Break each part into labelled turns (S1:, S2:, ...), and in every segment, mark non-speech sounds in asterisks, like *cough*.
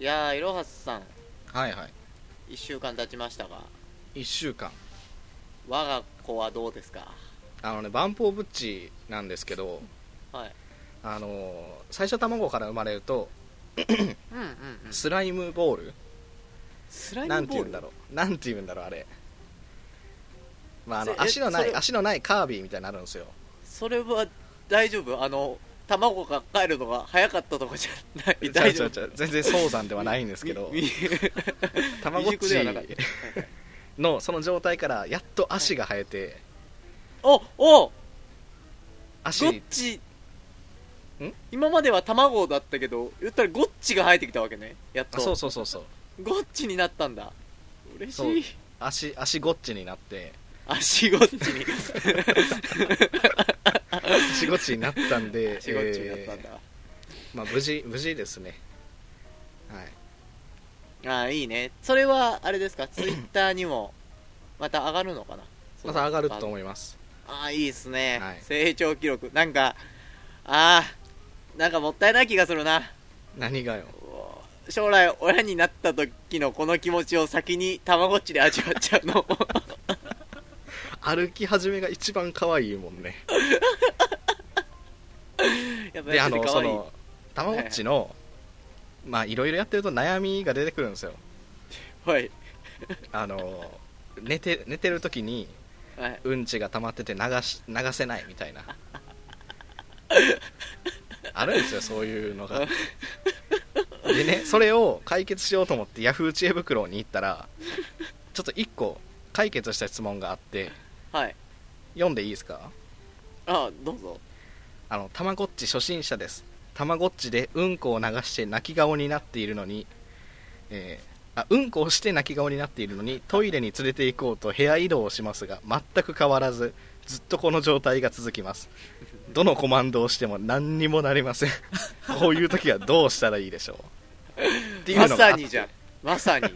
S1: いやーいろはさん
S2: はいは
S1: 1週間経ちましたが
S2: い1週間
S1: 我が子はどうですか
S2: あのねバンポーブッチなんですけど
S1: はい
S2: あのー最初卵から生まれると
S1: うんうん、うん、
S2: スライムボール
S1: スライ
S2: な
S1: ム
S2: んて
S1: ボ
S2: 言
S1: ー
S2: う
S1: ル
S2: んだろうなんて言うんだろうあれまああの
S1: それえ
S2: 足のな
S1: そ
S2: い
S1: れ
S2: 足のないカービィみたいになるんですよ
S1: それは大丈夫あの卵が帰るのが早かったとかじゃない大丈夫
S2: ちゃうちゃうちゃう全然早産ではないんですけど
S1: みみ
S2: 卵っ
S1: 未熟
S2: ち
S1: ではなかった
S2: のその状態からやっと足が生えて
S1: おお
S2: 足
S1: ゴッチ
S2: ん
S1: 今までは卵だったけど言ったらゴッチが生えてきたわけねやっ
S2: あそう
S1: と
S2: そうそうそう
S1: ゴッチになったんだ嬉しい
S2: 足足ゴッチに
S1: *laughs*
S2: なって
S1: 足ゴッチに
S2: 足ゴッチになったんで
S1: 足ゴッチになったん
S2: *laughs* え
S1: だ、
S2: ーまあ無事無事ですねはい
S1: ああいいねそれはあれですかツイッターにも *clears throat* また上がるのかな
S2: また上がると
S1: う
S2: 思います
S1: ああいいですね、
S2: はい
S1: 成長記録なんかああなんかもったいない気がするな
S2: 何がよ
S1: 将来親になった時のこの気持ちを先にたまごっちで味わっちゃ
S2: *laughs*
S1: うの
S2: 歩き始めが一番可愛いもんね
S1: やっぱ
S2: で
S1: り
S2: あの
S1: か
S2: そ
S1: わいい
S2: のたまごっちのまあいろいろやってると悩みが出てくるんですよ
S1: はい
S2: あの寝て寝てる時に
S1: はい
S2: うんちが溜まってて流し流せないみたい *laughs* なあるんですよそういうのがでねそれを解決しようと思ってヤフー知恵袋に行ったらちょっと1個解決した質問があって
S1: はい
S2: 読んでいいですか
S1: ああどうぞ
S2: あの「たまごっち初心者です」「たまごっちでうんこを流して泣き顔になっているのに、えーあうんこをして泣き顔になっているのにトイレに連れて行こうと部屋移動をしますが全く変わらずずっとこの状態が続きますどのコマンドをしても何にもなり
S1: *laughs*
S2: ませんこういう時はどうしたらいいでしょうっていう
S1: ま
S2: のがあ
S1: さ
S2: って
S1: にじゃんまさに、うん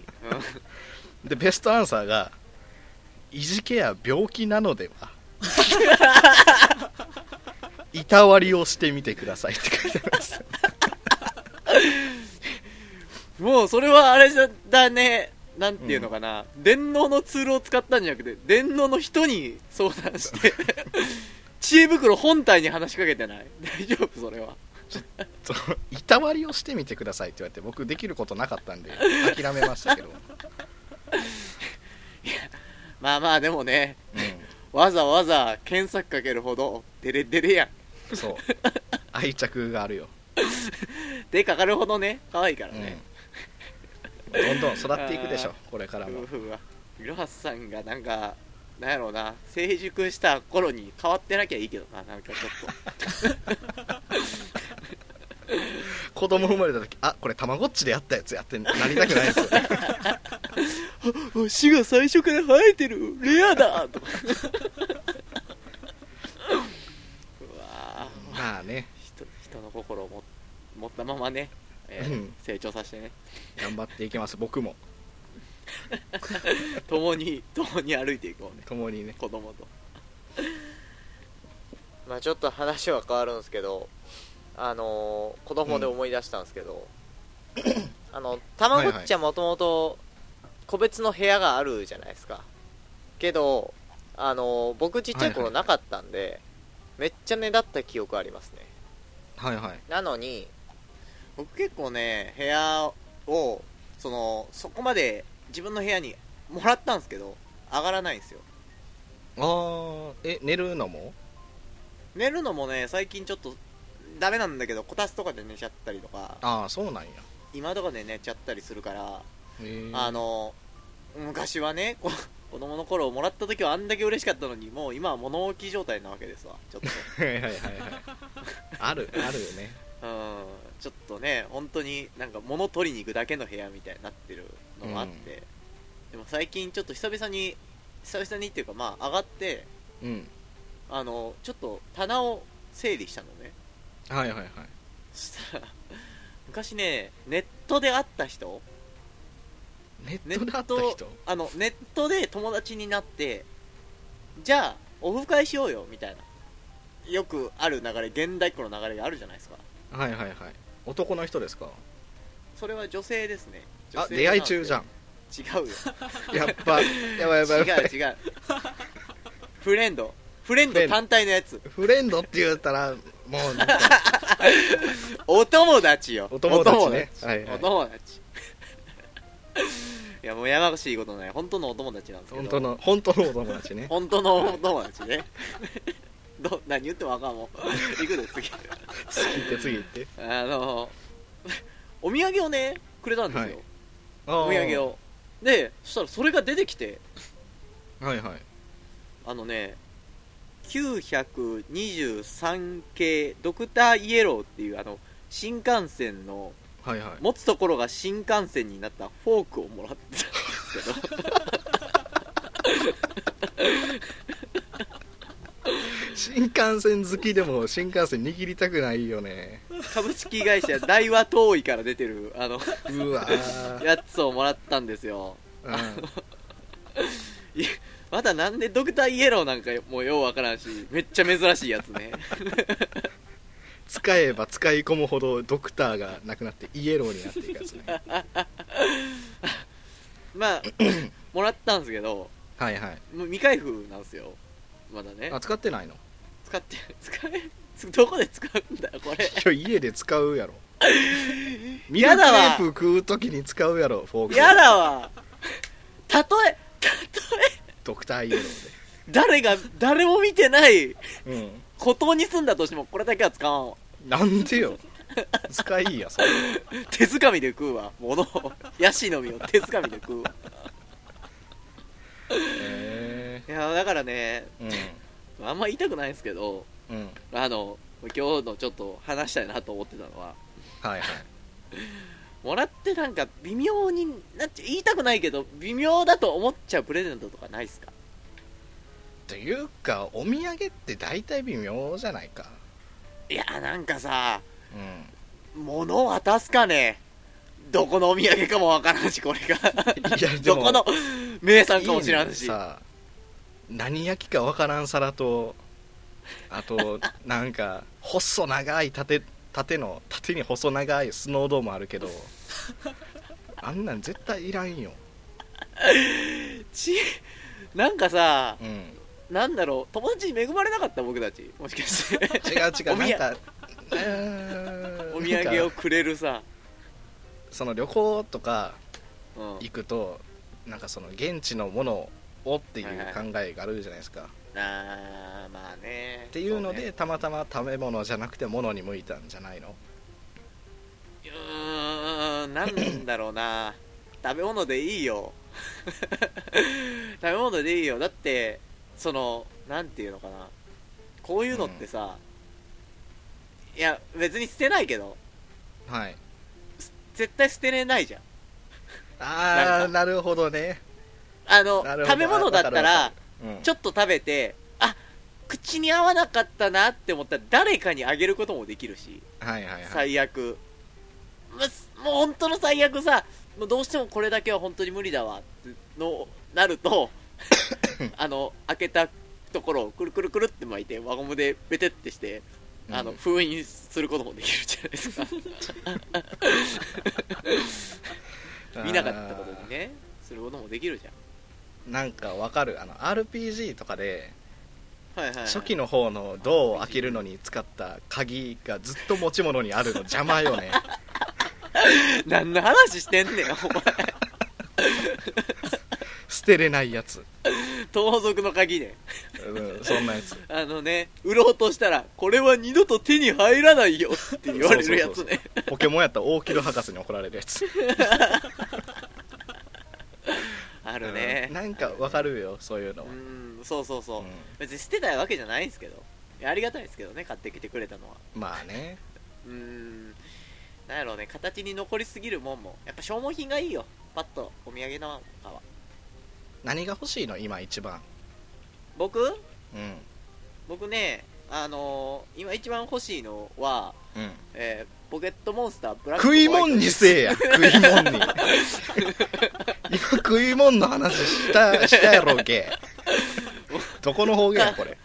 S2: でベストアンサーが「いじけや病気なので
S1: *laughs*
S2: は」「いたわりをしてみてください」って書いてあります
S1: もうそれはあれだねなんていうのかな、電脳のツールを使ったんじゃなくて電脳の人に相談して *laughs* 知恵袋本体に話しかけてない大丈夫それは
S2: *laughs* そういたわりをしてみてくださいって言われて僕できることなかったんで諦めましたけど、
S1: まあまあでもねわざわざ検索かけるほどデレデレやん
S2: うん、そう愛着があるよ、
S1: でかかるほどね可愛いから
S2: う
S1: ね、
S2: ん、どんどん育っていくでしょこれから
S1: う
S2: も
S1: うわいろはさんがなんかなんやろうな成熟した頃に変わってなきゃいいけどななんかちょっと
S2: 子供生まれた時あこれたまごっちでやったやつやってなりたくないですよね
S1: 死が最初から生えてるレアだとかうわぁ
S2: まあね
S1: 人人の心をも持ったままね、えー
S2: うん
S1: 成長させてね
S2: 頑張っていきます僕も
S1: 共に共に歩いていこうね
S2: 共にね
S1: 子供とまあちょっと話は変わるんですけどあのー子供で思い出したんですけど、あのたまごっちはもともと個別の部屋があるじゃないですかけどあのー僕ちっちゃい
S2: は
S1: 頃
S2: い
S1: なかったんで、めっちゃ目立った記憶ありますね
S2: はいはい
S1: なのに僕結構ね部屋をそのそこまで自分の部屋にもらったんですけど上がらないんですよ
S2: あーえ寝るのも
S1: 寝るのもね最近ちょっとダメなんだけどこたつとかで寝ちゃったりとか
S2: ああそうなんや、
S1: 今とかで寝ちゃったりするから、
S2: へー
S1: あの昔はねこ子供の頃もらった時はあんだけ嬉しかったのにもう今は物置き状態なわけですわちょっと
S2: *laughs* はいはいはいはいあるあるよね *laughs*
S1: うんちょっとね本当になんか物取りに行くだけの部屋みたいになってるのもあって、
S2: うん
S1: でも最近ちょっと久々に久々にっていうかまあ上がって
S2: うん
S1: あのちょっと棚を整理したのね
S2: はいはいはい
S1: そしたら昔ねネットで会った人
S2: ネ
S1: ネ
S2: ットで会った人
S1: あのネットで友達になってじゃあオフ会しようよみたいなよくある流れ現代っ子の流れがあるじゃないですか
S2: はいはいはい男の人ですか
S1: それは女性ですね
S2: あ出会い中
S1: *laughs*
S2: じゃん
S1: 違うよ
S2: やっぱやばいやばいやばい
S1: 違う違うフレンドフレンド単体のやつ
S2: フレンドって言ったらもうなんか
S1: お友達よ
S2: お友達ね
S1: お友達,、
S2: はいはい
S1: お友達 *laughs* いやもうやましいことない本当のお友達なんですけど
S2: *laughs* 本当の本当のお友
S1: *laughs*
S2: 達ね
S1: 本当のお友達 *laughs* ねど何言ってもあかん *laughs* もんいくで次
S2: 次行って次行って
S1: あのお土産をねくれたんですよ、
S2: あ
S1: お土産をでそしたらそれが出てきて
S2: はいはい
S1: あのね923系ドクターイエローっていうあの新幹線の
S2: はいはい
S1: 持つところが新幹線になったフォークをもらったんですけど
S2: 新幹線好きでも新幹線握りたくないよね
S1: 株式会社大和遠いから出てるあ *laughs* の
S2: うわー
S1: やつをもらったんですよ
S2: うん
S1: またなんでドクターイエローなんかもうようわからんしめっちゃ珍しいやつね
S2: 使えば使い込むほどドクターがなくなってイエローになっていくやつね
S1: まあもらったんですけど
S2: はいはい
S1: もう未開封なんですよまだね
S2: あ使ってないの
S1: 使って使えつどこで使うんだよこれ
S2: いや家で使うやろミル
S1: *laughs* や
S2: クレ
S1: だわ
S2: ープ食う時に使うやろフォーク
S1: やだわたとえたとえ
S2: ドクターイエロ
S1: 誰が誰も見てない
S2: ーでうん
S1: 孤島に住んだとしてもこれだけは使わんわ
S2: なんで
S1: *laughs*
S2: よ使いやそれ
S1: 手づかみで食うわ物をヤシの実を手づかみで食うわ
S2: へ
S1: いやだからね
S2: え
S1: あんま言いたくないんですけど
S2: うんうん
S1: あの今日のちょっと話したいなと思ってたのは
S2: はいはい
S1: もらってなんか微妙になっちゃ言いたくないけど微妙だと思っちゃうプレゼントとかないっすか
S2: というかお土産って大体微妙じゃないか
S1: いやなんかさ *laughs*
S2: うん
S1: 物渡すかねどこのお土産かもわからんしこれが
S2: いや *laughs* で
S1: ど
S2: も
S1: この名産かもしらん
S2: い
S1: し
S2: いねさ何焼きかわからん皿と
S1: *laughs*
S2: あとなんか細長い縦縦の縦に細長いスノードームある
S1: *laughs*
S2: けどあんなん絶対いらんよ
S1: ちなんかさ
S2: うん違う
S1: なんだろう友達に恵まれなかった僕たちもしかして
S2: *laughs* 違
S1: お
S2: うな
S1: み
S2: ん
S1: や
S2: かうーん
S1: お土
S2: な
S1: 産
S2: ん
S1: を
S2: か
S1: くれるさ、
S2: その旅行とか
S1: うん、
S2: 行くとなんかその現地のものをっていう考えがあるじゃないですか、
S1: あーまあね
S2: っていうので
S1: そね
S2: たまたま食べ物じゃなくて物に向いたんじゃないの
S1: うーんなんだろうな食べ物でいいよ *laughs* 食べ物でいいよだってそのなんていうのかなこういうのってさ、いや別に捨てないけど
S2: はい
S1: 絶対捨てれないじゃん
S2: あ
S1: な
S2: あ
S1: んか
S2: なるほどね
S1: あの
S2: なるほど
S1: 食べ物だった
S2: わからうん
S1: ちょっと食べてあ口に合わなかったなって思ったら誰かにあげることもできるし
S2: はいはいはい
S1: 最悪むすもう本当の最悪さもうどうしてもこれだけは本当に無理だわってのなる
S2: *coughs*
S1: とあの開けたところをくるくるくるって巻いて輪ゴムでベテってしてあの、
S2: うん
S1: 封印することもできるじゃない
S2: *laughs*
S1: ですか見なかったことにねすることもできるじ
S2: あーなんかわかるあの RPG とかで
S1: ゃんはいはい、はい、
S2: 初期の方のドアを開けるのに使った鍵がずっと持ち物にあるの邪魔よ
S1: *laughs*
S2: ね
S1: 何の話してんねんお前
S2: *laughs* 捨てれないやつ、
S1: 盗賊の鍵ね
S2: うん、そんなやつ
S1: あのね売ろうとしたらこれは二度と手に入らないよって言われるやつ
S2: そうそう
S1: ね
S2: ポケモンやったら大木戸博士に怒られるやつ
S1: あるね
S2: うんなんかわかるよそういうのは、
S1: うんそうそうそう、
S2: うん
S1: 別に捨てたいわけじゃないんですけどいやありがたいですけどね買ってきてくれたのは
S2: まあね
S1: うんなんやろうね形に残りすぎるもんもやっぱ消耗品がいいよパッとお土産のかは
S2: 何が欲しいの今一番
S1: 僕
S2: うん
S1: 僕ねあのー今一番欲しいのは、
S2: うん
S1: えーポケットモンスターブラック
S2: 食いもんにせえ
S1: や *laughs*
S2: や食いもんに今食いもんの話したしたやろゲどこの方言やこれ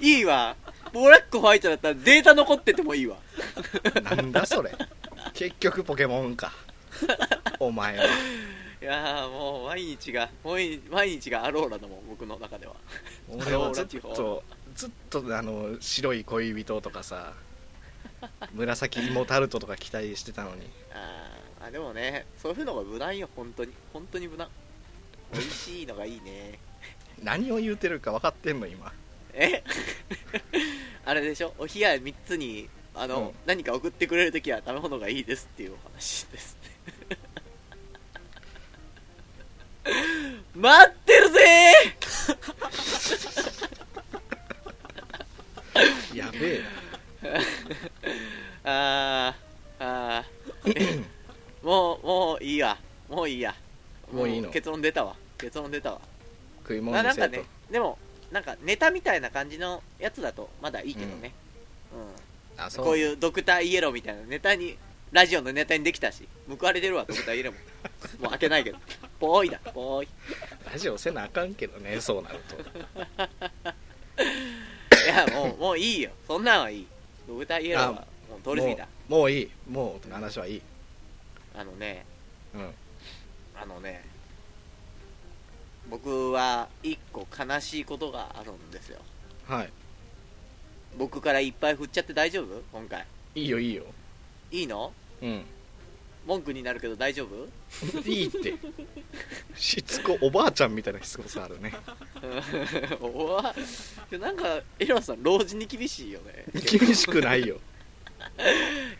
S1: いいわブラックホワイトだったらデータ残っててもいいわ
S2: なんだそれ結局ポケモンかお前はい
S1: やーもう毎日が毎日毎日がアローラだもん僕の中では
S2: 俺は
S1: ア
S2: ずっ
S1: ローラ地方
S2: とずっとあの白い恋人とかさ *laughs* 紫芋タルトとか期待してたのに
S1: あーあでもねそういうのが無難よ本当に本当に無難美味しいのがいいね
S2: 何を言うてるか分かってんの今
S1: え *laughs* あれでしょお冷や3つにあの、
S2: うん
S1: 何か送ってくれるときは食べ物がいいですっていうお話ですね *laughs* 待ってるぜ
S2: やべえ
S1: ーあーあー *coughs* もうもういいやもういいや
S2: もういいの
S1: 結論出たわ結論出たわ
S2: 食い
S1: ま
S2: 物
S1: あ
S2: に
S1: なん
S2: せえ
S1: か
S2: と、
S1: ねでもなんかネタみたいな感じのやつだとまだいいけどね、うん、
S2: あそう
S1: こういうドクターイエローみたいなネタにラジオのネタにできたし報われてるわドクターイエローもも
S2: *laughs*
S1: う開けないけどぽーいだぽーい
S2: ラジオせなあかんけどねそうなる
S1: *laughs*
S2: と
S1: いやもうもういいよそんなんはいいドクターイエローはもう通り過ぎた
S2: もうもういいもう話はいい
S1: あのね
S2: うん
S1: あのね僕は一個悲しいことがあるんですよ
S2: はい
S1: 僕からいっぱい振っちゃって大丈夫今回
S2: いいよいいよ
S1: いいの
S2: うん
S1: 文句になるけど大丈夫
S2: *laughs* いいってしつこおばあちゃんみたいなしつこさあるね *laughs*
S1: うん *laughs* おわなんかエロさん老人に厳しいよ *laughs* ね
S2: 厳しくないよ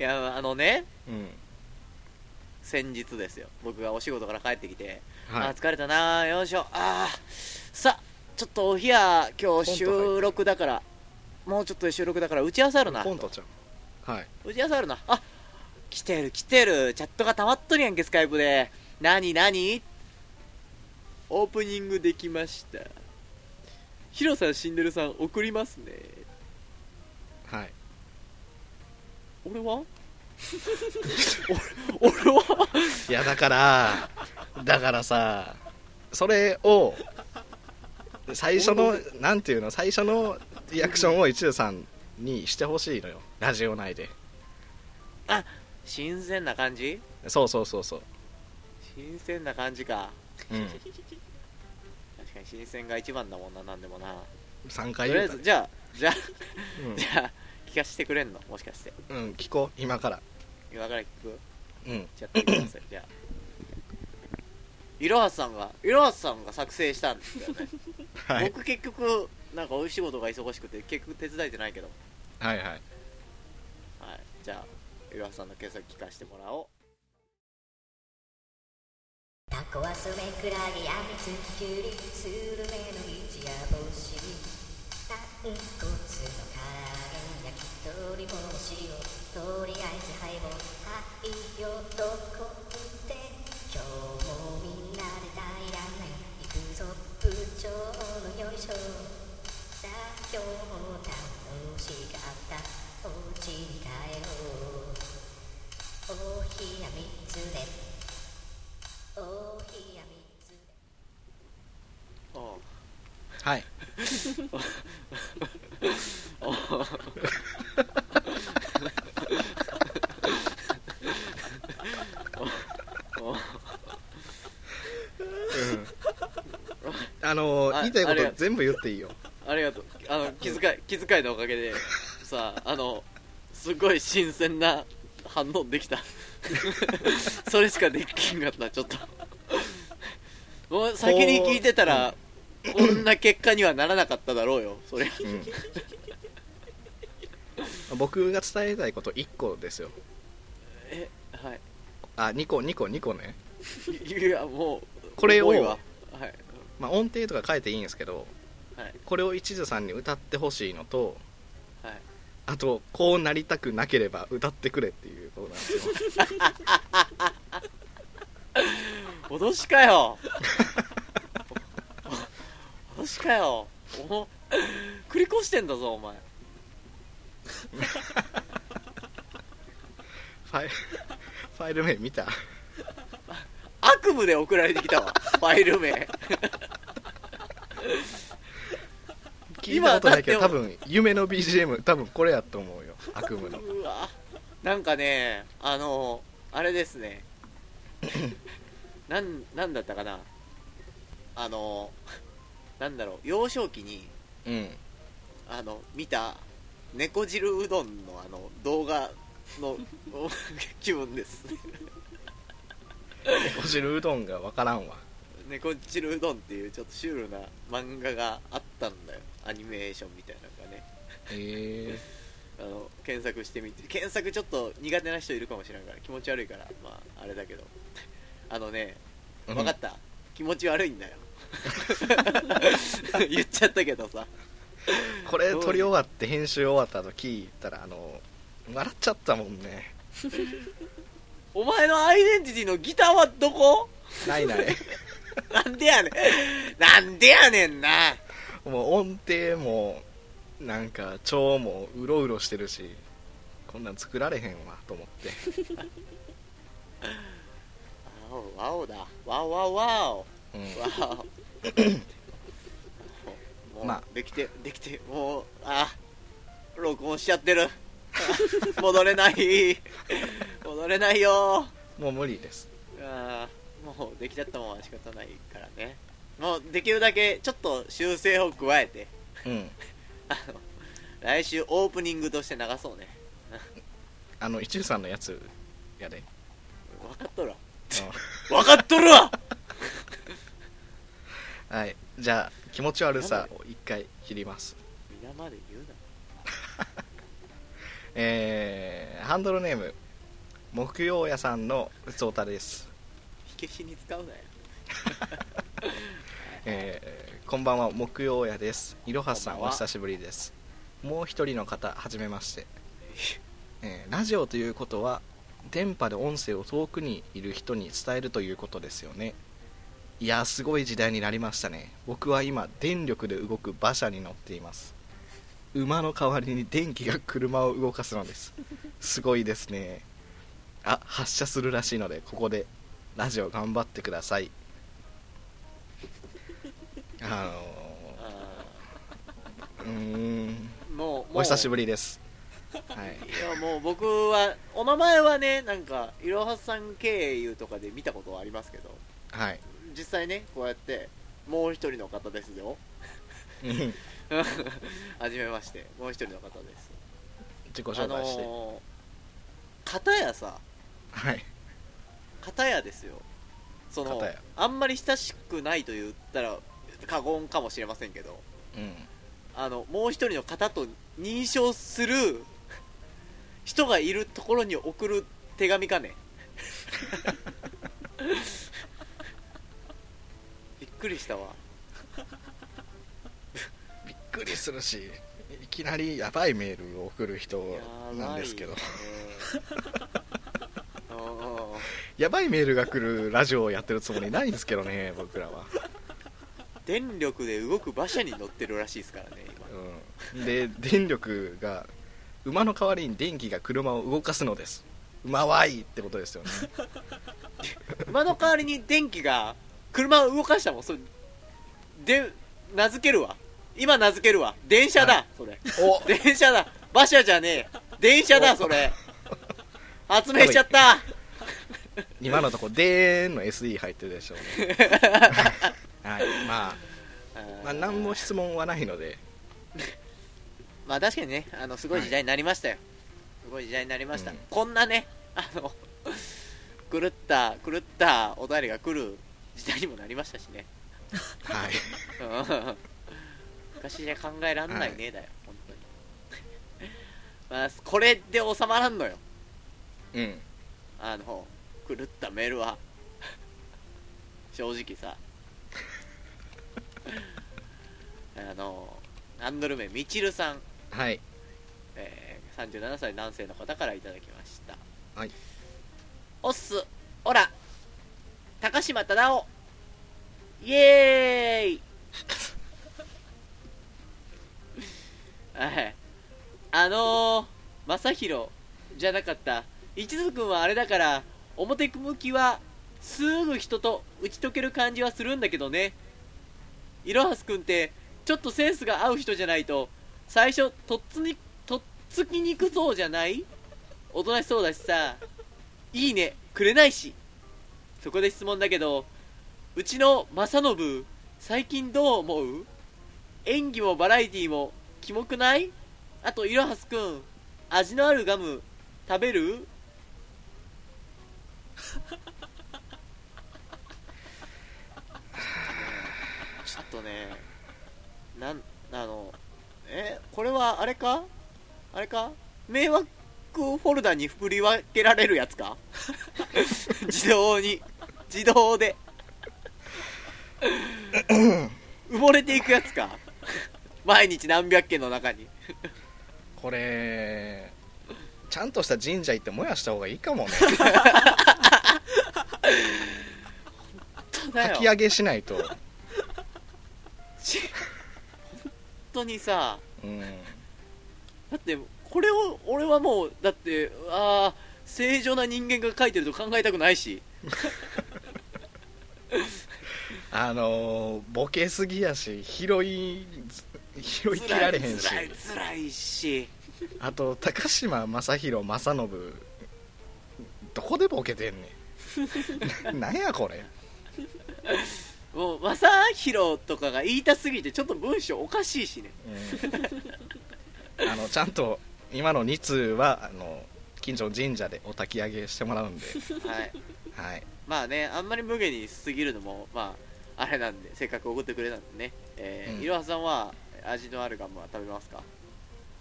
S1: いやあのね
S2: うん
S1: 先日ですよ僕がお仕事から帰ってきて、あ
S2: はい
S1: ー疲れたなーよいしょあーさちょっとお部屋今日収録だからもうちょっとで収録だから打ち合わせあるな
S2: ポンタちゃんはい
S1: 打ち合わせあるなあ来てる来てるチャットが溜まっとるやんけスカイプで何何オープニングできましたヒロさんシンデレさん送りますね
S2: はい
S1: 俺は *laughs* 俺俺はい
S2: やだからだからさそれを最初のなんていうの最初のリアクションを一途さんにしてほしいのよラジオ内で
S1: 新鮮な感じ
S2: そうそうそうそう
S1: 新鮮な感じか
S2: うん
S1: 確かに新鮮が一番だもんななんでもな
S2: 3
S1: と
S2: 回
S1: りあ
S2: 言
S1: え
S2: うた
S1: ず
S2: ね
S1: じゃあじゃあ
S2: うん
S1: じゃあ聞かせてくれんのもしかして
S2: うん、聞こう、今から。
S1: 今から聞く
S2: うん。
S1: じゃあ聞いてくださいじゃあいろはさんがいろはさんが作成したんですよね、
S2: はい。
S1: 僕結局なんかお仕事が忙しくて結局手伝えてないけど
S2: はいはい。
S1: はいじゃあいろはさんの検索聞かせてもらおう
S3: タコはスメクラゲやみつききゅうりスルメの一夜干し軟骨の唐揚げ焼き鳥もおしをとりあえずはいもはいよどこって今日もみんなで大らない行くぞ部長のよいしょさあ今日も楽しかったお家に帰ろうおひやみつでおひやみつで
S1: おう
S2: はい。
S1: おうおう
S2: あのー
S1: *laughs* あ
S2: 言いたいこ
S1: ありがと
S2: と
S1: う
S2: 全部言っていいよ。
S1: ありがとうあの気遣い気遣いのおかげでさあのすごい新鮮な反応できた *laughs* それしかできんかったちょっともう先に聞いてたらこんな結果にはならなかっただろうよそれ
S2: 僕が伝えたいこと1個ですよ。
S1: えはい
S2: あ、2個、2個、2個ね。
S1: いやもう
S2: これを
S1: 多いわはい
S2: まあ、音程とか変えていいんですけど、
S1: はい
S2: これを一途さんに歌ってほしいのと、
S1: はい
S2: あと、こうなりたくなければ歌ってくれっていうことなんですよ。
S1: 脅しか
S2: *laughs*
S1: よ脅しかよお繰り越してんだぞお前
S2: ファイル、ファイル名見た
S1: 悪夢で送られてきたわファイル名
S2: 聞いたことないけど、
S1: 今だ
S2: 多
S1: って
S2: 分、夢の BGM、多分これやと思うよ。悪夢の。
S1: うわなんかねあのあれですねなんなんだったかなあのなんだろう幼少期に
S2: うん
S1: あの見た猫汁うどんのあの動画の *laughs* お気分です
S2: お汁うどんがわからんわ
S1: 猫汁うどんっていうちょっとシュールな漫画があったんだよアニメーションみたいなのがね
S2: へえ
S1: あの検索してみて検索ちょっと苦手な人いるかもしれないから気持ち悪いからまああれだけど *laughs* あのね
S2: うん
S1: 分かった、気持ち悪いんだよ *laughs* 言っちゃったけどさ
S2: これ撮り終わって編集終わったと聞いたらあの笑っちゃったもんね
S1: お前のアイデンティティのギターはどこ *laughs*
S2: ないない
S1: なんでやねんなんでやねんな
S2: もう音程もなんか調もうろうろしてるしこんなん作られへんわと思って
S1: 青青だわおわおわお
S2: うん
S1: わおもう、
S2: *laughs* まあ
S1: できてできてもうあ録音しちゃってる *laughs* 戻れない戻れないよ
S2: もう無理です
S1: あーもうできちゃったもんは仕方ないからねもうできるだけちょっと修正を加えて
S2: うん
S1: あの来週オープニングとして流そうね
S2: あの一流さんのやつやで
S1: 分かっとるわ
S2: う
S1: 分かっとるわ
S2: んはいじゃあ気持ち悪さを一回切ります
S1: 皆まで言うな
S2: えーハンドルネーム木曜屋さんのうつおたです、
S1: 火消しに使うなよ
S2: えーこんばんは木曜屋ですいろはさ
S1: こ
S2: ん
S1: んばんは
S2: お久しぶりですもう一人の方はじめまして、えーラジオということは電波で音声を遠くにいる人に伝えるということですよねいやーすごい時代になりましたね僕は今電力で動く馬車に乗っています馬の代わりに電気が車を動かすのですすごいですねあ発射するらしいのでここでラジオ頑張ってください
S1: あ
S2: あのーうーん
S1: ーもうもう
S2: お久しぶりですはい
S1: いやもう僕はお名前はねなんかいろはさん経由とかで見たことはありますけど
S2: はい
S1: 実際ねこうやってもう一人の方ですよ *laughs*
S2: うん
S1: はじめましてもう一人の方です
S2: 自己紹介して、
S1: のー、片やさ
S2: はい
S1: 片やですよその
S2: 片や
S1: あんまり親しくないと言ったら過言かもしれませんけど
S2: うん
S1: あのもう一人の方と認証する人がいるところに送る手紙か
S2: *laughs*
S1: ねびっくりしたわ
S2: びっくりするしいきなりやばいメールを送る人
S1: や
S2: なん
S1: ばい
S2: ですけど
S1: ねうん
S2: やばいメールが来るラジオをやってるつもりないんですけどね *laughs* 僕らは、
S1: 電力で動く馬車に乗ってるらしいですからね今
S2: うん、で電力が馬の代わりに電気が車を動かすのです馬はいいってことですよね
S1: 馬の代わりに電気が車を動かしたもんそれで名付けるわ今名付けるわ電車だ、
S2: は
S1: それ
S2: お
S1: 電車だ馬車じゃねえ電車だそれ発明しちゃった
S2: 今のとこでーんの SE 入ってるでしょう *laughs* ねはいまあ、まあ、何も質問はないので
S1: まあ確かにねあのすごい時代になりましたよ、すごい時代になりました、
S2: うん
S1: こんなねあの *laughs* 狂った狂ったお便りが来る時代にもなりましたしね
S2: はい
S1: うん昔じゃ考えらんないねだよ、本当に *laughs* まあこれで収まらんのよ
S2: うん
S1: あの狂ったメールは *laughs* 正直さあのハンドル名みちるさん、
S2: はい
S1: えー37歳男性の方からいただきました
S2: はい
S1: おっすおら高島忠夫イエーイ *laughs* はいあのー、正宏じゃなかった一途君はあれだから表向きはすぐ人と打ち解ける感じはするんだけどねいろはすくんってちょっとセンスが合う人じゃないと最初とっつにとっつきにくそうじゃないおとなしそうだしさいいねくれないしそこで質問だけどうちの正信最近どう思う演技もバラエティもキモくないあといろはすくん味のあるガム食べる *laughs* ちょっとねなんあのえこれはあれかあれか迷惑フォルダに振り分けられるやつか *laughs* 自動に自動
S2: *laughs*
S1: で埋もれていくやつか毎日何百件の中に
S2: これちゃんとした神社行って燃やした方がいいかもね
S1: 本当だよ
S2: 炊き上げしない
S1: *laughs*
S2: と、
S1: し本当にさ
S2: うん、
S1: だってこれを俺はもうだってああ正常な人間が書いてると考えたくないし
S2: あのーボケすぎやし拾い拾いきられへんし
S1: 辛い辛いし
S2: あと高島正宏正信どこでボケて
S1: *laughs*
S2: んねんななんやこれ
S1: もう正宏とかが言いたすぎてちょっと文章おかしいしね
S2: うんあのちゃんと今の2通はあの近所の神社でお焚き上げしてもらうんで、
S1: はい
S2: はい、
S1: まあねあんまり無下にしすぎるのもまああれなんでせっかく送ってくれたんでねえー
S2: うん
S1: いろはさんは味のあるガムは食べますか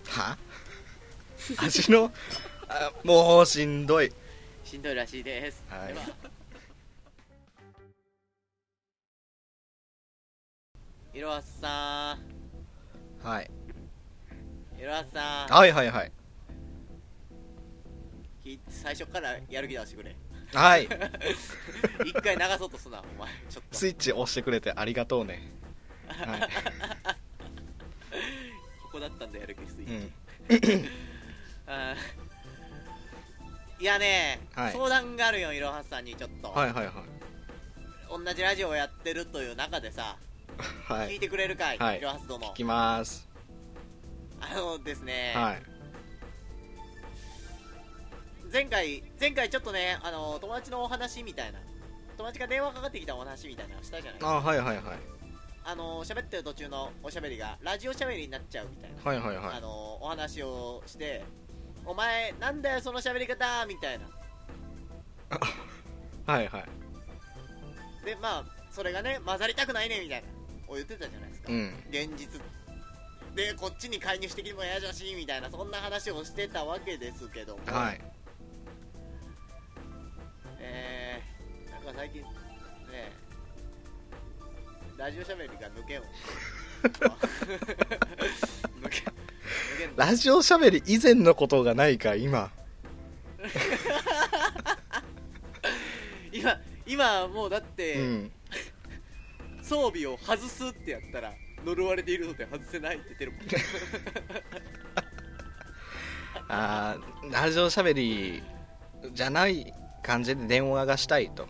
S2: は味のあもうしんどい
S1: しんどいらしいです、
S2: はい
S1: ではいろはさ
S2: は
S1: ん
S2: い
S1: いろはさん
S2: はいはいはい
S1: き最初からやる気出してくれ
S2: はい
S1: 一回流そうとすなお前ちょっと
S2: スイッチ押してくれてありがとうね、はい
S1: ここだったんだやる気スイッ
S2: う
S1: チ、
S2: ん、
S1: あーいやね、
S2: はい
S1: 相談があるよいろはさんにちょっと、
S2: はいはいはい
S1: 同じラジオをやってるという中でさ、
S2: は
S1: 聞い
S2: い
S1: てくれるかい、
S2: はい
S1: いろはすどうも
S2: 聞きます、
S1: あのですね、
S2: はい
S1: 前回前回ちょっとねあの友達のお話みたいな友達が電話かかってきたお話みたいなのしたじゃない
S2: あはいはいはい
S1: あの喋ってる途中のおしゃべりがラジオしゃべりになっちゃうみたいな、
S2: はいはいは
S1: あ
S2: い
S1: のお話をしてお前なんだよその喋り方みたいな
S2: はいはい
S1: でまあそれがね混ざりたくないねみたいなを言ってたじゃないですか、
S2: うん
S1: 現実でこっちに介入してきても嫌じゃしみたいなそんな話をしてたわけですけども、
S2: はい
S1: えー、なんか最近ねラジオしゃべりが抜けんわ
S2: *laughs*
S1: 抜け抜けんの
S2: ラジオしゃべり以前のことがないか今
S1: 今今もうだって、
S2: うん
S1: 装備を外すってやったら呪われているので外せないって言って
S2: *laughs*
S1: るもん
S2: あーラジオしゃべりじゃない感じで電話がしたいと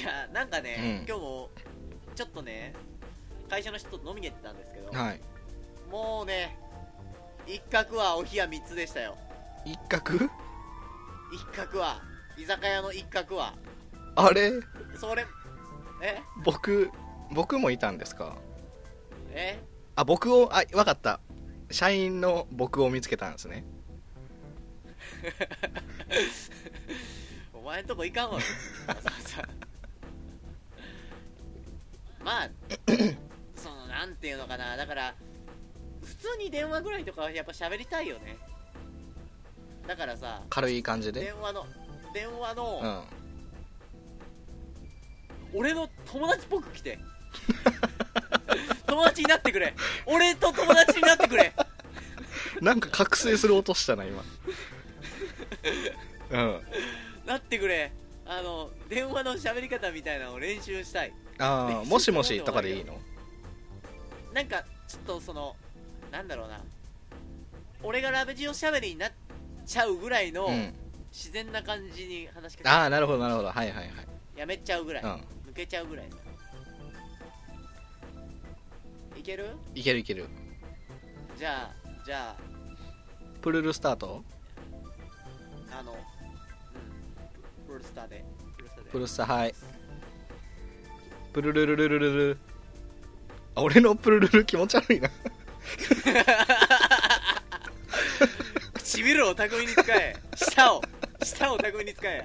S1: いやなんかね、
S2: うん
S1: 今日もちょっとね会社の人と飲みに行ってたんですけど、
S2: はい
S1: もうね一角はお冷や3つでしたよ
S2: 一角
S1: 一角は居酒屋の一角は
S2: あれ
S1: それえ
S2: 僕僕もいたんですか
S1: え
S2: あ僕をあわかった社員の僕を見つけたんですね
S1: お前んとこいか
S2: *laughs*
S1: んわ別にわざわざまあそのなんていうのかなだから普通に電話ぐらいとかはやっぱ喋りたいよねだからさ
S2: 軽い感じで
S1: 電話の電話
S2: う
S1: の、
S2: ん
S1: 俺の友達っぽく来て *laughs* 友達になってくれ俺と友達になってくれ
S2: なんか覚醒する音したな
S1: *laughs*
S2: 今うん
S1: なってくれあの電話の喋り方みたいなのを練習したい
S2: ああもしもしとかでいいの
S1: なんかちょっとそのなんだろうな俺がラベジオしゃべりになっちゃうぐらいの
S2: うん
S1: 自然な感じに話しかけ、
S2: ああなるほどなるほどはいはい
S1: やめちゃうぐらい、
S2: はい、
S1: 抜けちゃうぐらいいける
S2: うん、いけるいける
S1: じゃあじゃあ
S2: プルルスタート
S1: スタでプルスタで
S2: プルスタはいプルルルルルルルあ俺のプルルル気持ち悪いな *laughs*
S1: 唇を巧みに使え舌を舌を巧みに使えや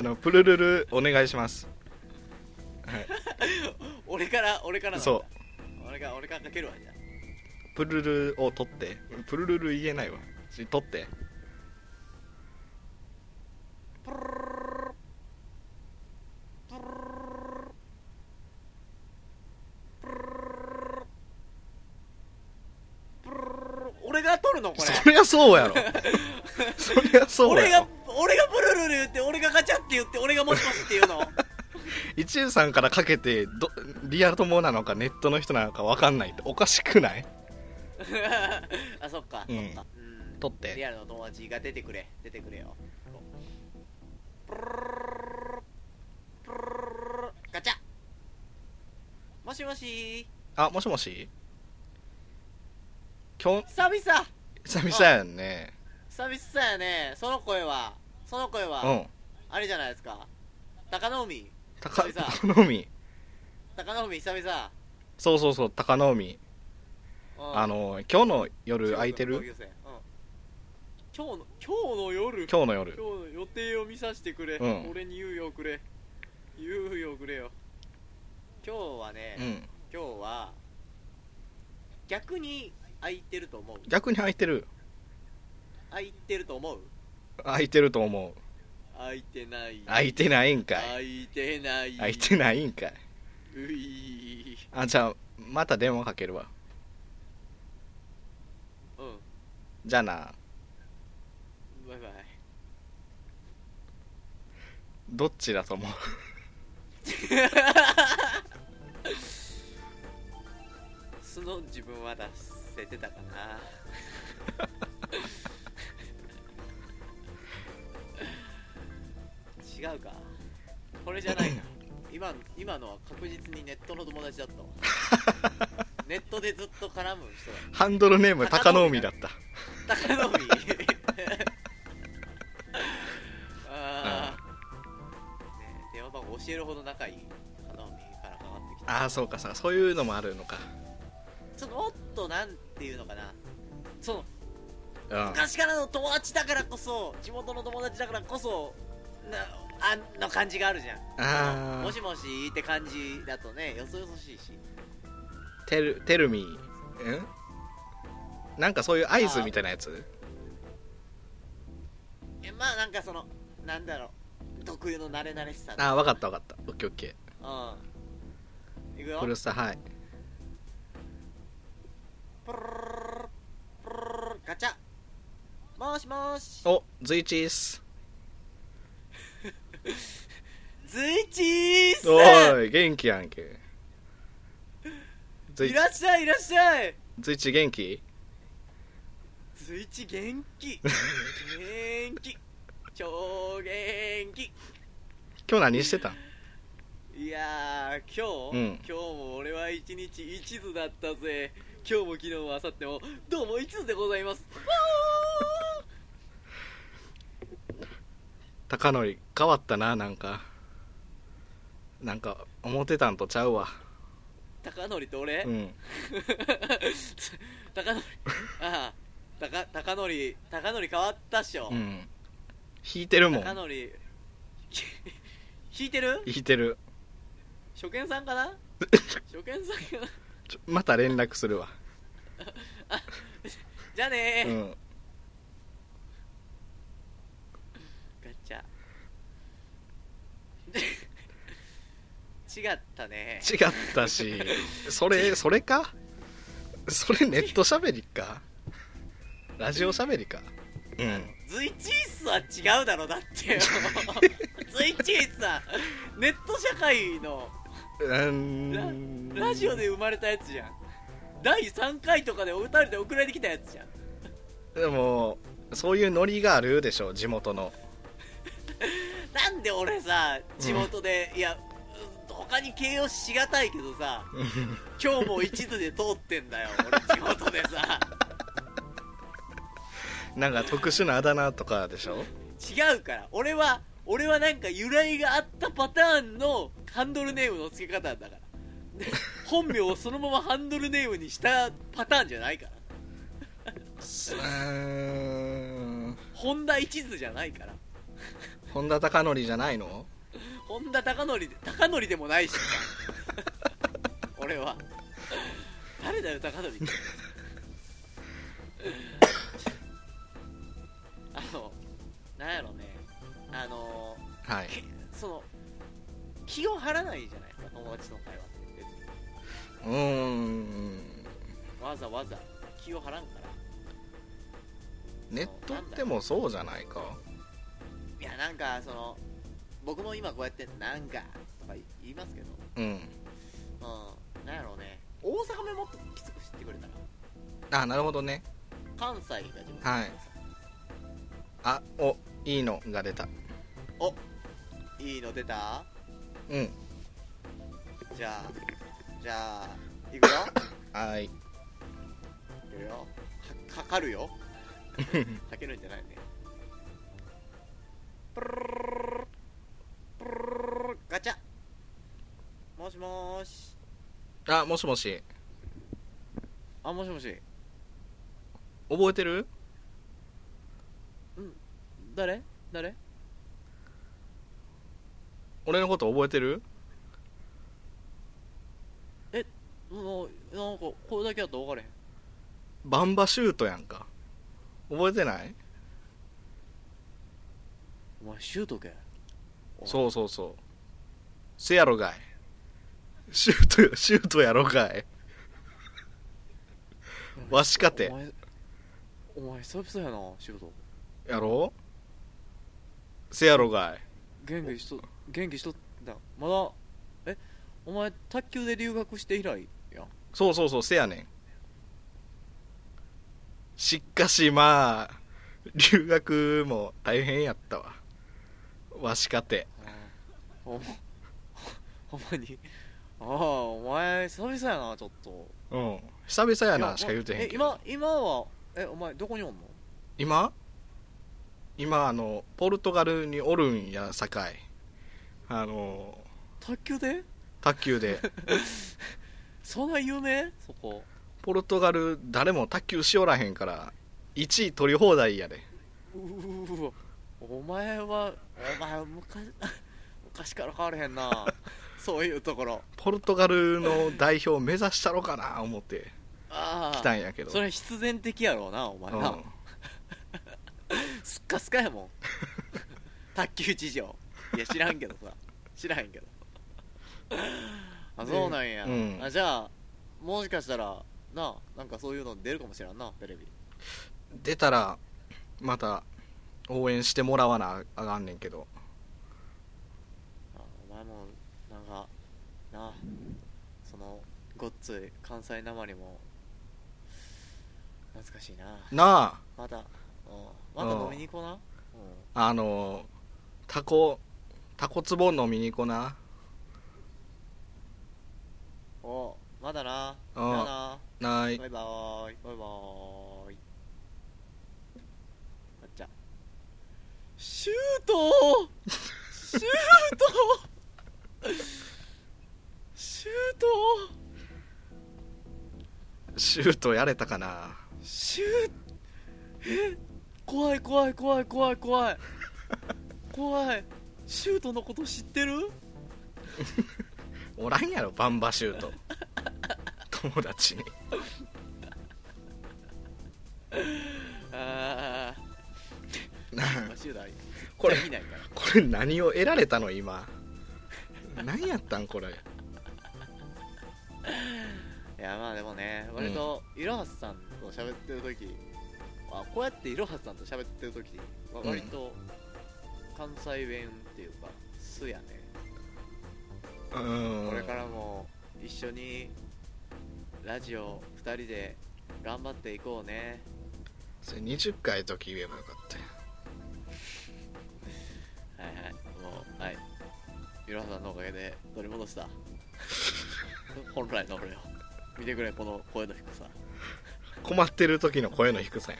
S2: あのプルルルお願いします
S1: 俺から俺からなんだ
S2: そ
S1: 俺が俺からかけるわじゃあ
S2: プルルルを取ってプルルル言えないわし取って
S1: 俺が取るのこれ
S2: そりゃそ
S1: *laughs*
S2: うやろそりゃそう
S1: 俺が
S2: やろ
S1: 俺がブルルル言って俺がガチャって言って俺がもしもしって言うの
S2: 一遊さんからかけてどリアル友なのかネットの人なのか分かんないっておかしくない
S1: あそっか、
S2: うん
S1: そっか、うん
S2: 取って
S1: リアルの友達が出てくれ出てくれよプルルルルルルルルガチャもしもし
S2: あもしもしきょん
S1: 久々
S2: 久々やんね
S1: 久々やねその声はその声は、
S2: うん
S1: あれじゃないですか高野海
S2: 高
S1: 久々
S2: 高野海
S1: 高野海久々
S2: そうそうそう高野海
S1: うん
S2: あの今日の夜
S1: 中国
S2: 空いて
S1: の同級
S2: る
S1: 生うん今日の今日の夜
S2: 今日の夜
S1: 今日の予定を見させてくれ、
S2: うん
S1: 俺に猶予をくれ猶予をくれよ今日はね、
S2: うん
S1: 今日は逆に空いてると思う
S2: 逆に空いてる
S1: 空いてると思う
S2: 空いてると思う
S1: 空いてない
S2: 空いてないんかい
S1: 空いてない
S2: 空いてないんかいう
S1: い
S2: あじゃあまた電話かけるわ
S1: うん
S2: じゃあな
S1: バイバイ
S2: どっちだと思う
S1: 素の自分は出せてたかな違うかこれじゃないな今今のは確実にネットの友達だったわネットでずっと絡む人
S2: ハンドルネーム高野海だった
S1: だ高野海ああ、ねえ、電話番号教えるほど仲いい高野海からかかってきた
S2: ああそうかさそういうのもあるのか
S1: そのもっとなんていうのかなその
S2: うん
S1: 昔からの友達だからこそ地元の友達だからこそなあの感じがあるじゃん
S2: あ
S1: も
S2: あ
S1: しもしって感じだとねよそよそしいし
S2: テルテルミーんなんかそういう合図みたいなやつ
S1: えまあなんかそのなんだろう特有の慣れ慣れしさ
S2: ああ分かった分かったオッケーオッケ
S1: うんいく
S2: ー
S1: よ
S2: フルスタはい
S1: プルルルルプルルルルガチャもしもし
S2: お随一っす
S1: ズイチー
S2: お
S1: さ
S2: ーい元気やんけ
S1: ん
S2: 随
S1: いらっしゃいいらっしゃい
S2: 随一元気
S1: ズイチ元気元気超元気
S2: 今日何してたん
S1: いやー今日、
S2: うん
S1: 今日も俺は一日一途だったぜ今日も昨日も明後日もどうも一途でございますわ
S2: 高典変わったななんかなんか思ってたんとちゃうわ
S1: ー高典と俺、
S2: うん
S1: *laughs* 高典ああ高高典高典変わったっしょ、
S2: うん引いてるもん
S1: 高典 *laughs* 引いてる
S2: 引いてる
S1: 初見さんか
S2: *laughs*
S1: な初見さんかな
S2: ちょまた連絡するわ
S1: じゃあね
S2: う
S1: ー、
S2: ん
S1: ガチャ *laughs* 違ったね
S2: 違ったし *laughs* それそれかそれネットしゃべりかラジオしゃべりかうん
S1: ズイチースは違うだろだ
S2: *laughs*
S1: ってよズイチースはネット社会の
S2: うーん
S1: ラジオで生まれたやつじゃん第3回とかでお二人で送られてきたやつじゃん
S2: でもそういうノリがあるでしょ地元 *laughs* の
S1: なんで俺さ地元で、いやうん他に形容しがたいけどさ今日も一途で通ってんだよ俺地元でさ
S2: なんか特殊なあだ名とかでしょ
S1: 違うから俺は俺はなんか由来があったパターンのハンドルネームの付け方だからで本名をそのままハンドルネームにしたパターンじゃないから
S2: すうーん
S1: 本田一途じゃないから
S2: 本田貴則じゃないの
S1: 本田貴則で貴則でもないし *laughs* 俺は誰だよ貴則ってあのなんやろねあの
S2: はい
S1: けその気を張らないじゃないですか友達の会話って別に
S2: うーん
S1: わざわざ気を張らんから
S2: ネットってもそうじゃないか
S1: いやなんかその僕も今こうやって「なんか」とか言いますけど
S2: うん
S1: うんなんやろうね大阪弁もっときつく知ってくれたら
S2: あなるほどね
S1: 関西が自分で
S2: はいあおいいのが出た
S1: いいの出た
S2: うん
S1: じゃあじゃあ行くよ
S2: はい
S1: 行くよかかかるよかけるんじゃないねプルルルルプルルルルガチャもしもーし
S2: あもしもし
S1: あもしもし
S2: 覚えてる
S1: 誰誰
S2: 俺のこと覚えてる
S1: もうなんかこれだけだと分かれへん
S2: バンバシュートやんか覚えてない
S1: お前シュートけ
S2: そうそうそうせやろがいシュートシュートやろが *laughs* いわしかて
S1: お前お前久々やなシュート
S2: やろせやろがい
S1: 元気しと元気しとったまだえお前卓球で留学して以来やん
S2: そうそうそうせやねんしかしまあ留学も大変やったわわしかて
S1: おほんまにああお前久々やなちょっと
S2: うん久々や
S1: い
S2: な
S1: や
S2: しか言うてへん
S1: え
S2: けど
S1: 今今はえお前どこにおんの
S2: 今今あのポルトガルにおるんやさかいあの
S1: 卓球で
S2: 卓
S1: *laughs*
S2: 球で
S1: そんな有名そこ
S2: ポルトガル誰も卓球しおらへんから1位取り放題やで
S1: ううわお前はお前昔 *laughs* 昔から変われへんなそういうところ
S2: ポルトガルの代表目指したろかな思って
S1: ああ
S2: 来たんやけど
S1: それ必然的やろうなお前な、
S2: うん
S1: すっかすかやもん *laughs* 卓球事情いや知らんけどさ知らへんけどあそうなんや、
S2: うん
S1: あじゃあもしかしたらななんかそういうの出るかもしれんなテレビ
S2: 出たらまた応援してもらわなあかんねんけど
S1: あお前もなんかなあそのごっつい関西なまりも懐かしいな
S2: な
S1: また、うん、また
S2: うん
S1: 飲みに行こうな、うん、
S2: ああのタコタコツボ飲みに行こな
S1: おまだな
S2: う
S1: じ
S2: ん
S1: ゃあな
S2: ない
S1: バイバーイバイバーイあっちゃシュートシュートシュート
S2: シュートやれたかな
S1: シューえ怖い怖い怖い怖い怖い怖いシュートのこと知ってる
S2: おらんやろバンバシュート友達に
S1: あ
S2: *laughs* な
S1: あ
S2: あ
S1: シュートはいい
S2: これ
S1: 見ないから
S2: これ何を得られたの今何やったんこれ
S1: いやまあでもね割といろはすさんと喋ってる時、あこうやっていろはすさんと喋ってる時は
S2: うん
S1: 割と関西弁っていうか素やね、
S2: うーん
S1: これからも一緒にラジオ2人で頑張っていこうね
S2: それ20回の時言えばよかったよ
S1: はいはいもうはいいろはすさんのおかげで取り戻した本来の俺を見てくれこの声の低さ
S2: 困ってる時の声の低さや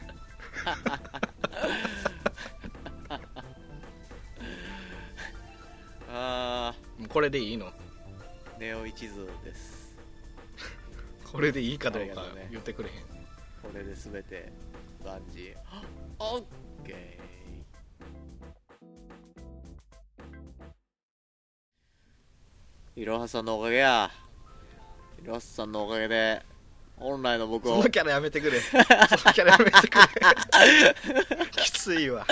S2: これでいいの
S1: ネオ一途です
S2: これでいいかどう
S1: ありが
S2: か
S1: とうね
S2: 言ってくれへん、
S1: これで全て万事オッケーいろはさんのおかげやいろはさんのおかげで本来の僕
S2: そ
S1: を
S2: のキャラやめてくれそのキャラやめてくれ *laughs* きついわ、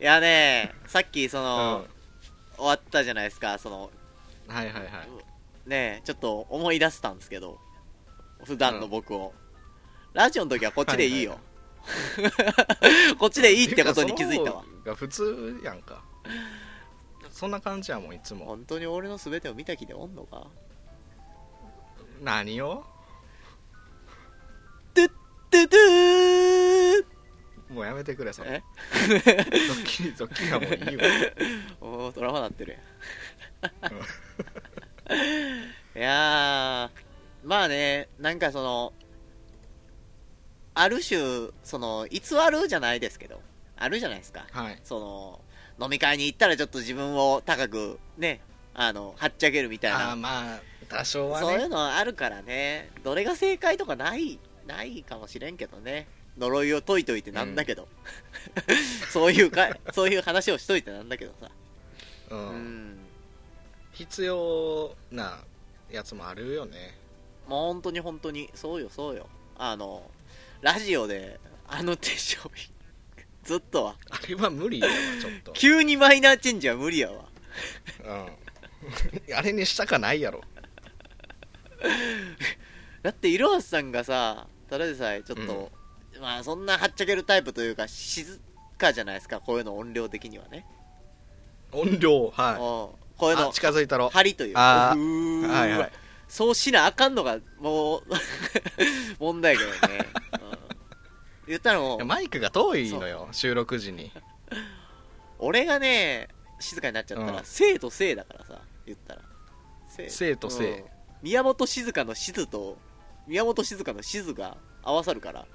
S1: いやねさっきそ
S2: うん、
S1: の
S2: は、
S1: 終わったじゃないですかその
S2: いはいはい
S1: ねちょっと思い出したんですけど普段の僕を、ラジオの時はこっちでいいよ、
S2: は
S1: *laughs* こっちでいいってことに気づいたわ
S2: て *laughs* うかその方が普通やんかそんな感じやもんいつも
S1: 本当に俺の全てを見た気でおんのか
S2: 何を
S1: トゥットゥトゥー
S2: もうやめてくれそれ
S1: え
S2: *laughs* ドッキリドッキリはもういいわ
S1: おードラマなってる
S2: う
S1: やん
S2: ん
S1: いやーまあねなんかそのある種その偽るじゃないですけどあるじゃないですか
S2: はい
S1: その飲み会に行ったらちょっと自分を高くねあのはっちゃけるみたい
S2: あ
S1: な
S2: あまあ多少は
S1: そういう
S2: ね
S1: のあるからねどれが正解とかないないかもしれんけどね呪いを解いといてなんだけど、 *laughs* そういうかそういう話をしといてなんだけどさ
S2: う
S1: うん、
S2: ん必要なやつもあるよね
S1: もう本当に本当にそうよそうよあのラジオであの手商品 *laughs* ずっとは
S2: あれは無理やわち
S1: *laughs*
S2: ょっと
S1: 急にマイナーチェンジは無理やわ
S2: うんあれにしたかないやろ
S1: だっていろはさんがさただでさえちょっと、まあそんなはっちゃけるタイプというか静かじゃないですかこういうの音量的にはね、
S2: 音量
S1: うん
S2: は
S1: こう
S2: い
S1: いうの
S2: あ近づいたろ
S1: 針という
S2: あ
S1: か
S2: ー
S1: うー
S2: はいはい
S1: そうしなあかんのがもう *laughs* 問題やけどね、うん言ったらも
S2: いや
S1: う
S2: マイクが遠いのよ収録時に
S1: 俺がね静かになっちゃった
S2: う
S1: ら
S2: ん
S1: 生と生だからさ言ったら
S2: 生と生
S1: うん宮本静香の静と宮本静香の静が合わさるから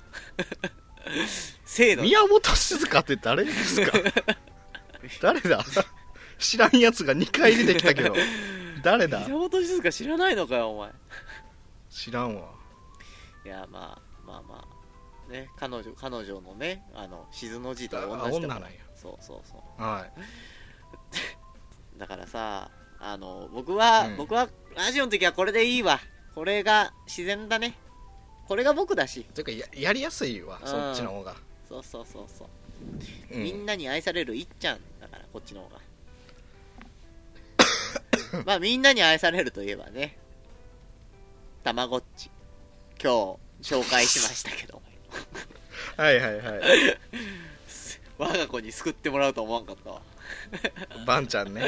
S1: *laughs* 生の
S2: 宮本静香って誰です
S1: *laughs*
S2: か誰だ知らんやつが2回出てき
S1: *laughs*
S2: たけど誰だ
S1: 宮本静香知らないのかよお前
S2: 知らんわ
S1: いやまあまあまあね彼女彼女のねあの静の字と同
S2: あ
S1: じ
S2: 女
S1: だ
S2: な
S1: か
S2: んや
S1: らそうそうそう
S2: はい
S1: だからさあの僕は、
S2: うん
S1: 僕はラジオの時はこれでいいわこれが自然だねこれが僕だし
S2: というかややりやすいわ
S1: うん
S2: そっちの方が、
S1: そうそうそうそう、
S2: う
S1: みんなに愛されるいっちゃんだからこっちの方が *coughs* まあみんなに愛されるといえばねたまごっち今日紹介しましたけど
S2: はいはい
S1: *laughs*
S2: はい
S1: 我が子に救ってもらうと思わんかったわ
S2: バンちゃんね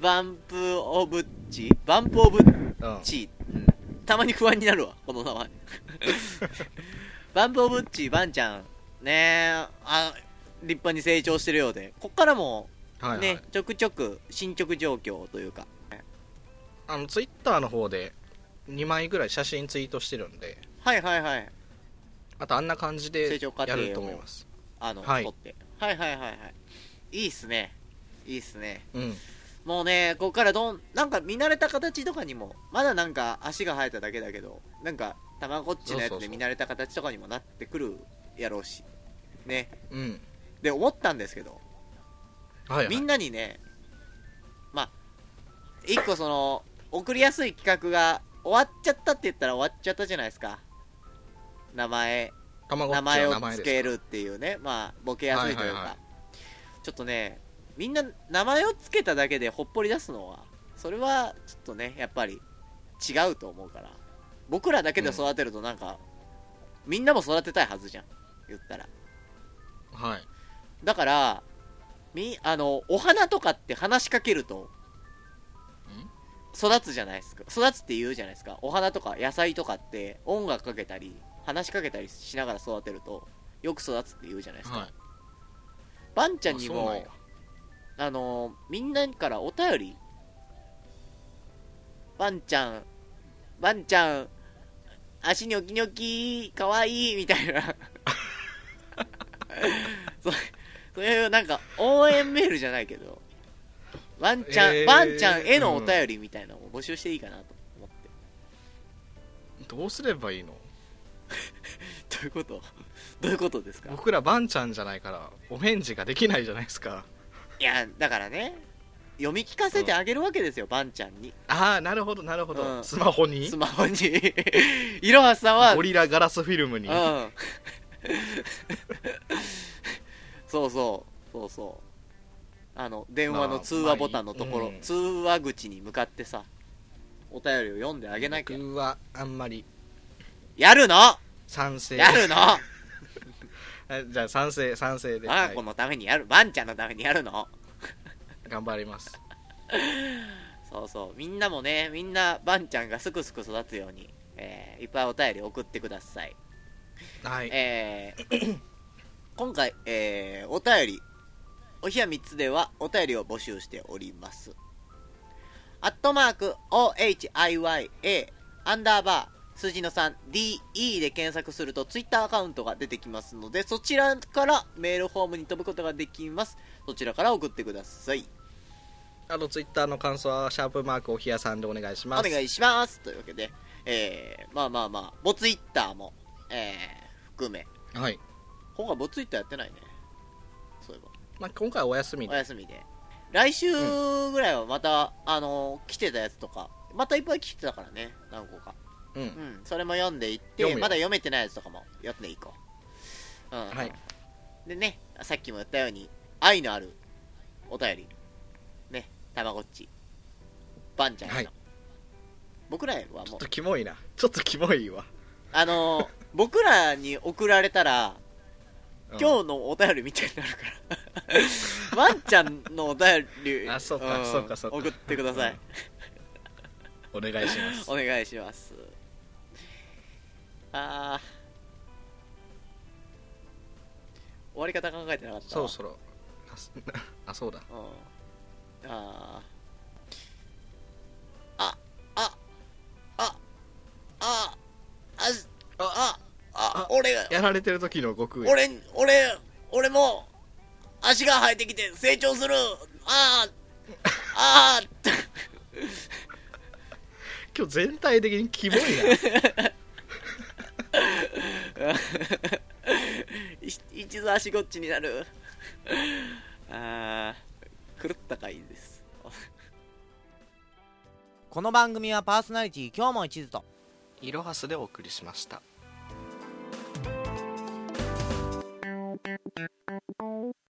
S1: バンプ・オブ・チバンプ・オブ・
S2: うん
S1: チたまに不安になるわこの名前 *laughs* バンプ・オブ・ッチバンちゃんねえあ立派に成長してるようでこっからもね、
S2: はいはい、
S1: ちょくちょく進捗状況というか
S2: あのツイッターの方で2枚ぐらい写真ツイートしてるんで
S1: はいはいはい
S2: あとあんな感じで
S1: 成長過
S2: や
S1: 程を
S2: ると思います
S1: あの、
S2: はい
S1: 撮ってはいはいはいはいいいっすねいいっすね
S2: うん
S1: もうねこっからどんなんか見慣れた形とかにもまだなんか足が生えただけだけどなんかたまごっちのや
S2: そ
S1: つ
S2: うそう
S1: で
S2: そ
S1: 見
S2: う
S1: 慣れた形とかにもなってくるやろうしね
S2: うん
S1: で思ったんですけど
S2: はい、はい、
S1: みんなにね、まあ、一個その、送りやすい企画が終わっちゃったって言ったら終わっちゃったじゃないですか。名前、
S2: 卵
S1: 名前をつけ
S2: る
S1: るっていうね、まあ、ボケやすいというか、
S2: はいはいはい
S1: ちょっとね、みんな名前をつけただけでほっぽり出すのは、それはちょっとね、やっぱり違うと思うから、僕らだけで育てるとなんか、みんなも育てたいはずじゃん、言ったら。
S2: はい
S1: だからみあのお花とかって話しかけると育つじゃないですか育つって言うじゃないですかお花とか野菜とかって音楽かけたり話しかけたりしながら育てるとよく育つって言うじゃないですか、
S2: はい
S1: バンちゃんに
S2: あそう
S1: も
S2: なんや
S1: あのみんなからお便りバンちゃんバンちゃん足にょきにょきかわいいみたいな *laughs* そうそういうなんか応援メールじゃないけどワンちゃん、
S2: えー
S1: ワンちゃんへのお便りみたいなのを募集していいかなと思って。
S2: どうすればいいの
S1: どういうことどういうことですか
S2: 僕らバンちゃんじゃないからお返事ができないじゃないですか
S1: いや、だからね、読み聞かせてあげるわけですよ、バンちゃんに。
S2: ああなるほどなるほど、
S1: うん
S2: スマホに
S1: スマホに。 *laughs* いろはさんは、
S2: ゴリラガラスフィルムに、
S1: うん。そうそう、そうそう。あの、電話の通話ボタンのところ、
S2: まあまあいいうん
S1: 通話口に向かってさ、お便りを読んであげなきゃ。
S2: 僕はあんまり
S1: やるの
S2: 賛成
S1: やるの我
S2: あじゃあ賛成賛成で、
S1: が
S2: はい
S1: 子のためにやる、ワンちゃんのためにやるの
S2: 頑張ります
S1: そうそう、みんなもね、みんな、バンちゃんがすくすく育つように、えーいっぱいお便り送ってください。
S2: はい、
S1: えー今回、えーお便り、おひや3つではお便りを募集しております。アットマーク、OHIYA、アンダーバー、数字の 3DE で検索すると Twitter アカウントが出てきますので、そちらからメールフォームに飛ぶことができます。そちらから送ってください。
S2: あとツイッターの感想はシャープマークおひやさんでお願いし
S1: お
S2: ます
S1: 願いします。というわけで、えーまあまあまあ、ボツイッターも、えー含め、
S2: はい
S1: 今回ボツイッターやってないね。そういえば。
S2: まあ、今回はお休み
S1: お
S2: で
S1: 休みで来週ぐらいはまた、あの来てたやつとかまたいっぱい来てたからね何個か
S2: う
S1: うんんそれも読んでいっ
S2: 読
S1: て
S2: むよ
S1: まだ読めてないやつとかも読んでいこううん
S2: はい
S1: でねさっきも言ったように愛のあるお便りねたまごっちバンちゃんへの、
S2: はい
S1: 僕らは
S2: ちょ
S1: も
S2: っ
S1: う
S2: とキモいなちょっとキモいわ、
S1: あのー僕らに送られたら
S2: うん
S1: 今日のお便りみたいになるから。 *laughs* ワンちゃんのお便り。
S2: *laughs* あそうか
S1: ん
S2: そうかそうか
S1: 送ってください。
S2: お願いします
S1: お願いします。あー。終わり方考えてなかった。
S2: そろそろあすあそうだ
S1: うん。あー。あ、あ、あ、あ、あ、あ、あ、俺が、
S2: やられてる時の悟空や
S1: 俺、俺、俺も、足が生えてきて成長するああああ
S2: 今日全体的にキモいな
S1: *laughs* い *laughs* 一度足ごっちになる。ああ、狂った回です。
S4: この番組はパーソナリティ今日も一途と
S2: イロハスでお送りしました